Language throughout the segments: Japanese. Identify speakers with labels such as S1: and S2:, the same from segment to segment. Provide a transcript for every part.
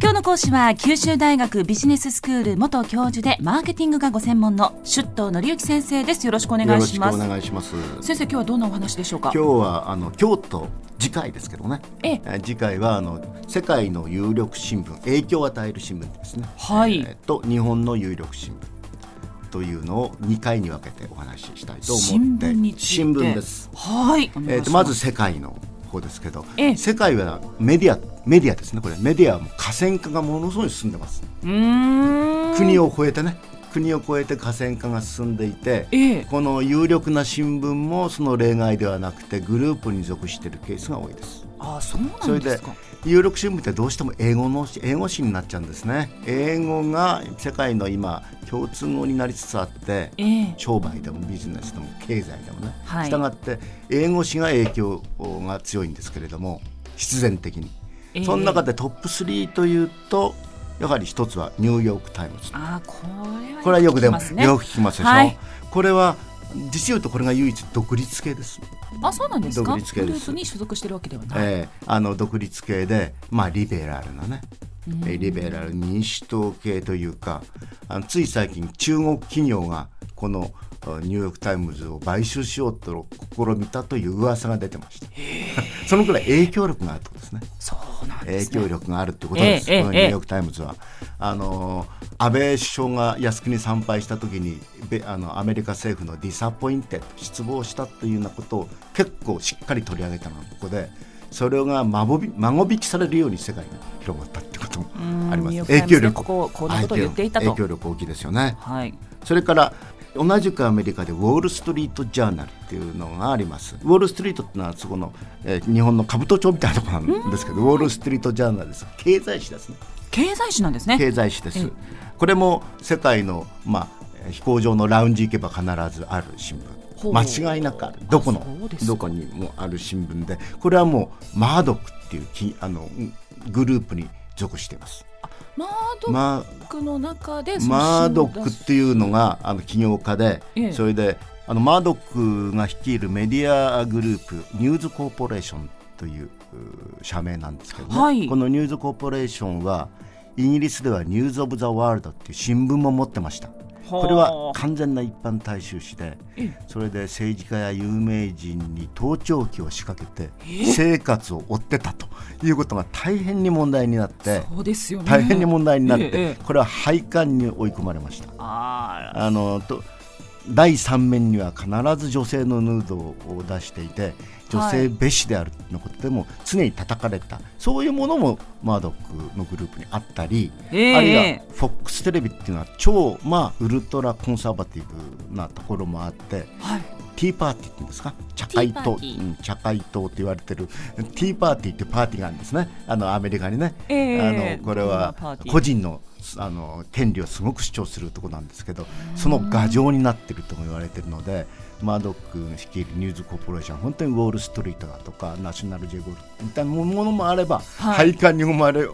S1: 今日の講師は九州大学ビジネススクール元教授でマーケティングがご専門の出頭則之先生ですよろしくお願
S2: よ
S1: い
S2: ろ
S1: し
S2: しく
S1: ま
S2: お
S1: す
S2: 願いします。
S1: 先生今日はどんなお話でしょうか
S2: 今日はあの京都次回ですけどね。
S1: ええ
S2: ー次回はあの世界の有力新聞影響を与える新聞ですね。
S1: はい
S2: えーと日本の有力新聞というのを2回に分けてお話ししたいと思って。
S1: 新聞について
S2: 新聞です。
S1: はい
S2: えーとまず世界の方ですけど、
S1: ええ
S2: 世界はメディアメディアですねこれメディアはもう河川化がものすごい進んでます。
S1: うーん
S2: 国を越えてね国を越えて河川化が進んでいて、
S1: ええ
S2: この有力な新聞もその例外ではなくてグループに属しているケースが多いです。
S1: あそう
S2: そ
S1: な
S2: れ
S1: んで
S2: です
S1: か
S2: 有力新聞ってどうしても英語の英語誌になっちゃうんですね。英語が世界の今共通語になりつつあって、
S1: ええ
S2: 商売でもビジネスでも経済でもね、
S1: はい
S2: したがって英語詞が影響が強いんですけれども必然的に、
S1: ええ
S2: その中でトップ3というとやはり一つはニューヨーク・タイムズ
S1: あこれは
S2: これはよくで
S1: 聞
S2: も
S1: きますね
S2: よく聞きますでしょ、
S1: はい
S2: これは実を言うとこれが唯一独立系です、
S1: あそうなんですか
S2: 独立系です
S1: グループに所属してるわけではない、
S2: えーあの独立系でまあリベラルなねえーリベラル民主党系というかあのつい最近中国企業がこのあニューヨーク・タイムズを買収しようと試みたという噂が出てました そのくらい影響力があるってことですね
S1: そうなんで
S2: 影
S1: すね
S2: 響力があるってことです、
S1: ええええ
S2: このニューヨーク・タイムズは。あの安倍首相が靖国参拝したときにべあのアメリカ政府のディサポインテッド失望したというようなことを結構しっかり取り上げたのがここでそれが孫び孫引きされるように世界に広まったってこともありま
S1: ニューヨー
S2: す
S1: クタイム
S2: 影
S1: ズ
S2: 響力
S1: こここんなことを言っていたと
S2: 影響力大きいですよね。
S1: はい
S2: それから同じくアメリカでウォール・ストリート・ジャーナルっていうのがあります。ウォール・ストリートってのはそこの、えー日本の兜町みたいなところなんですけど、ウォール・ストリート・ジャーナルです。経済誌ですね。
S1: 経済誌なんですね
S2: 経済誌で
S1: え
S2: す
S1: え。
S2: これも世界の、まあ、えー飛行場のラウンジ行けば必ずある新
S1: ほう
S2: 聞。間違いなくある。どこの
S1: そうですか
S2: どこにもある新聞で、これはもうマードックっていうきあのうんグループに属しています。
S1: マードッ
S2: まあ
S1: クの中でその
S2: マード
S1: 新
S2: ッ
S1: 聞
S2: クっていうのがあの起業家で、
S1: ええ
S2: それであのマードックが率いるメディアグループニューズコーポレーションというう社名なんですけど、ね
S1: はい
S2: このニューズコーポレーションはイギリスではニューズ・オブ・ザ・ワールドっていう新聞も持ってました。
S1: ほう
S2: これは完全な一般大衆紙で
S1: ええ
S2: それで政治家や有名人に盗聴器を仕掛けて生活を追ってたということが大変に問題になって
S1: そうですよね
S2: 大変に問題になっ
S1: えええ
S2: て
S1: え
S2: これは廃刊に追い込まれました
S1: あ
S2: あのと第3面には必ず女性のヌードを出していて女性蔑視であるのことでも常に叩かれた、そういうものもマードックのグループにあったり、
S1: ええ
S2: あるいは FOX テレビっていうのは超、まあ、ウルトラコンサバティブなところもあって
S1: らはい
S2: ティーパーティーって言うんですか茶会
S1: ティー
S2: 党
S1: パーティー
S2: うん茶会党って言われてるティーパーティーってパーティーがあるんですねあのアメリカにね、
S1: ええ
S2: あのこれ
S1: どんなパー
S2: は
S1: ティー
S2: 個人のあの権利をすごく主張するところなんですけどその牙城になってるとも言われてるのでマードック率いるニューズコーポレーション本当にウォール・ストリートだとかナショナル・ジェゴルみたいなものもあれば、
S1: はい
S2: 廃刊に追まれ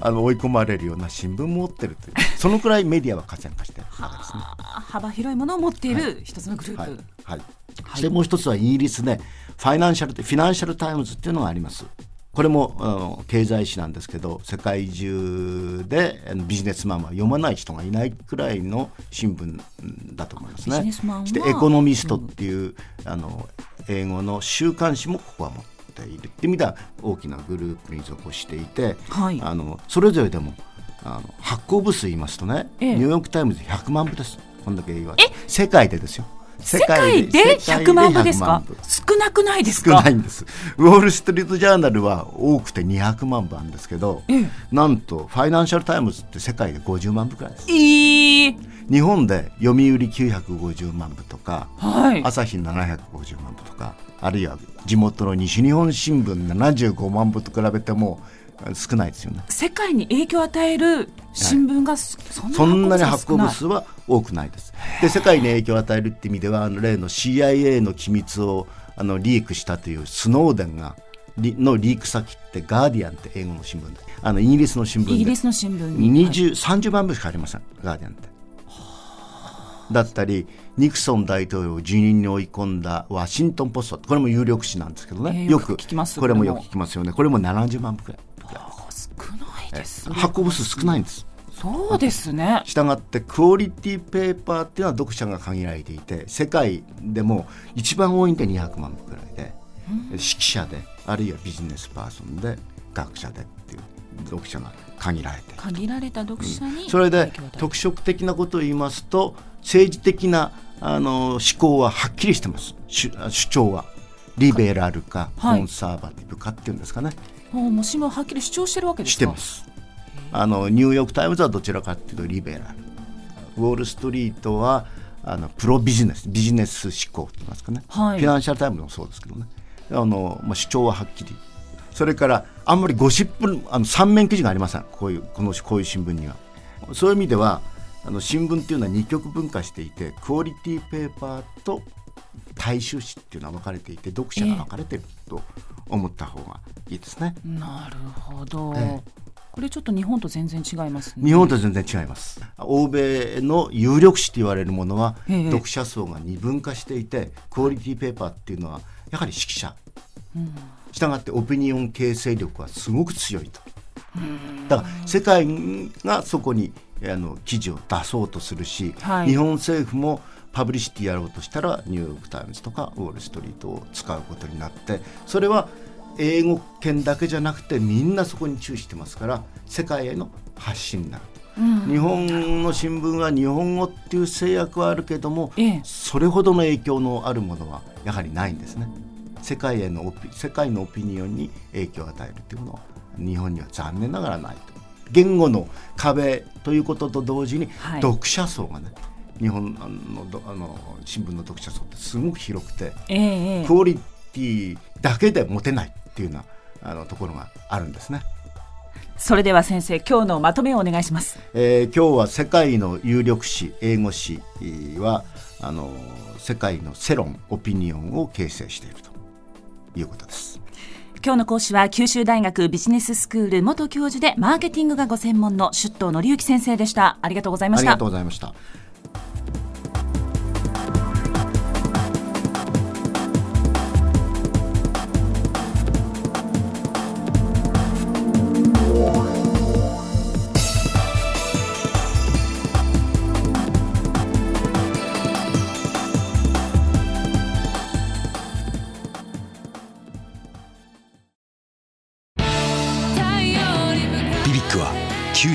S2: あの追い込まれるような新聞も持ってるというそのくらいメディアは活躍してるわけですね。
S1: あ幅広いものを持っている一つのグループ、
S2: はいはい、
S1: い
S2: そしてもう一つはイギリスでファイナンシャルフィナンシャル・タイムズっていうのがあります。これもあの経済誌なんですけど世界中であのビジネスマンは読まない人がいないくらいの新聞だと思いますね。
S1: ビジネスマンは
S2: そしてエコノミストっていう、あの英語の週刊誌もここは持っているってみたら大きなグループに属していて、
S1: はい
S2: あのそれぞれでもあの発行部数言いますとね、
S1: ええ
S2: ニューヨーク・タイムズ100万部ですこんだけ言われて世界でですよ
S1: 世界で100万部ですか少なくないです
S2: 少
S1: か
S2: ないんですウォール・ストリート・ジャーナルは多くて200万部あるんですけど、
S1: ええ
S2: なんとファイナンシャル・タイムズって世界で50万部くらいです
S1: いい
S2: 日本で読売950万部とか、
S1: はい
S2: 朝日750万部とかあるいは地元の西日本新聞75万部と比べても少ないですよね
S1: 世界に影響を与える新聞がそ
S2: そん
S1: んな
S2: なに
S1: に発
S2: 発行
S1: 行
S2: 部
S1: 部
S2: 数
S1: 数
S2: は多くないです。で世界に影響を与えるって意味ではあの例の CIA の機密をあのリークしたというスノーデンがリのリーク先ってガーディアンって英語の新聞であのイギリスの新聞
S1: イギ
S2: で
S1: リスの新聞に、はい
S2: 20 30万部しかありませんガーディアンって。だったりニクソン大統領を辞任に追い込んだワシントン・ポストこれも有力紙なんですけどね、
S1: えーよく聞きます
S2: これも
S1: これ
S2: よ
S1: も
S2: く聞きますよねこれも70万部くらい。
S1: あ少ないですね
S2: 発行部数少ないんです。
S1: そうですね
S2: したがってクオリティペーパーっていうのは読者が限られていて世界でも一番多いんで200万部くらいで、指揮者であるいはビジネスパーソンで学者でっていう読者が限られている
S1: 限られた読者に、
S2: それで
S1: 影響を与える
S2: 特色的なことを言いますと政治的なあの思考ははっきりしてます主主張はリベラルかコ
S1: はい
S2: ンサーバティブかっていうんですかね、
S1: もうもうしもはっきり主張してるわけです
S2: し
S1: か
S2: てますあのニューヨーク・タイムズはどちらかというとリベラルウォール・ストリートはあのプロビジネスビジネス志向と言いますかね、
S1: はい
S2: フィナンシャル・タイムズもそうですけどねあの、まあ、主張ははっきりそれからあんまりゴシップあの三面記事がありませんこういうこのこういう新聞にはそういう意味ではあの新聞っていうのは二極分化していてクオリティペーパーと大衆紙っていうのは分かれていて読者が分かれてると思った方がいいですね、
S1: なるほど、
S2: え
S1: これちょっと日本と全然違いますね
S2: 日本と全然違います欧米の有力誌と言われるものは
S1: ええ
S2: 読者層が二分化していてクオリティペーパーっていうのはやはり指揮者したがってオピニオン形成力はすごく強いとだから世界がそこにあの記事を出そうとするし、
S1: はい
S2: 日本政府もパブリシティやろうとしたらニューヨーク・タイムズとかウォール・ストリートを使うことになってそれは英語圏だけじゃなくてみんなそこに注意してますから世界への発信になると、日本の新聞は日本語っていう制約はあるけども、
S1: ええ
S2: それほどの影響のあるものはやはりないんですね世界へのオピ世界のオピニオンに影響を与えるっていうものは日本には残念ながらないと言語の壁ということと同時に、
S1: はい
S2: 読者層がね日本あのどあの新聞の読者層ってすごく広くて
S1: ええええ
S2: クオリティだけで持てないっていうようなあのところがあるんですね。
S1: それでは先生今日のまとめをお願いします
S2: えー今日は世界の有力誌英語誌えーはあの世界の世論オピニオンを形成しているということです。
S1: 今日の講師は九州大学ビジネススクール元教授でマーケティングがご専門の出頭則之先生でしたありがとうございま
S2: あ
S1: し
S2: り
S1: た
S2: がとうございました。
S3: ビビックは九